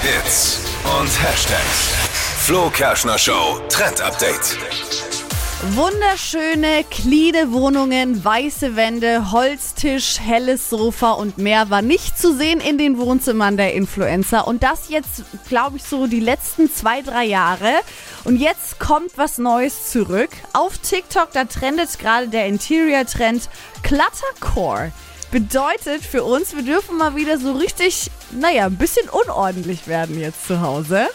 Hits und Hashtags. Flo Kerschner Show Trend Update. Wunderschöne, cleane Wohnungen, weiße Wände, Holztisch, helles Sofa und mehr war nicht zu sehen in den Wohnzimmern der Influencer. Und das jetzt, glaube ich, so die letzten zwei, drei Jahre. Und jetzt kommt was Neues zurück. Auf TikTok, da trendet gerade der Interior-Trend Cluttercore. Bedeutet für uns, wir dürfen mal wieder so richtig, naja, ein bisschen unordentlich werden jetzt zu Hause.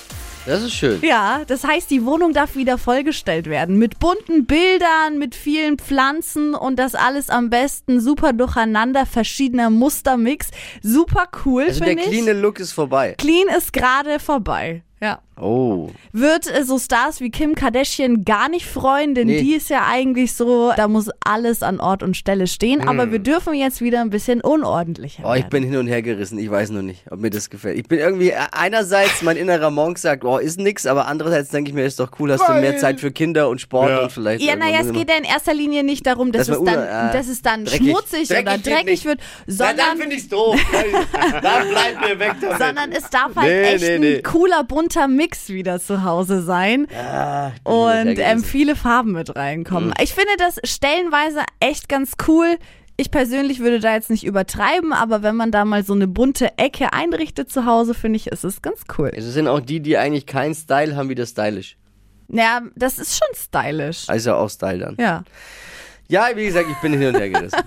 Das ist schön. Ja, das heißt, die Wohnung darf wieder vollgestellt werden. Mit bunten Bildern, mit vielen Pflanzen und das alles am besten super durcheinander, verschiedener Mustermix. Super cool, Also der finde ich. cleane Look ist vorbei. Clean ist gerade vorbei. Ja. Oh. Wird äh, so Stars wie Kim Kardashian gar nicht freuen, denn Nee. die ist ja eigentlich so, da muss alles an Ort und Stelle stehen. Aber wir dürfen jetzt wieder ein bisschen unordentlicher Mm. Oh, ich werden. bin hin und her gerissen. Ich weiß noch nicht, ob mir das gefällt. Ich bin irgendwie, äh, einerseits, mein innerer Monk sagt, oh, ist nix, aber andererseits denke ich mir, ist doch cool, hast du mehr Zeit für Kinder und Sport und vielleicht. Ja, naja, es geht ja in erster Linie nicht darum, dass, Dass es man dann, Äh, ur- äh, dass es dann dreckig. schmutzig Dreckig oder geht dreckig nicht. wird, sondern, ich's doof. dann bleibt mir weg damit. sondern es darf halt Nee, echt nee, ein nee. cooler, bunter Mix wieder zu Hause sein Ah, und ähm, viele Farben mit reinkommen. Mhm. Ich finde das stellenweise echt ganz cool. Ich persönlich würde da jetzt nicht übertreiben, aber wenn man da mal so eine bunte Ecke einrichtet zu Hause, finde ich, ist es ganz cool. es sind auch die, die eigentlich keinen Style haben, wieder stylisch. Naja, das ist schon stylisch. Also auch Style dann. Ja. Ja, wie gesagt, ich bin hin und her gerissen.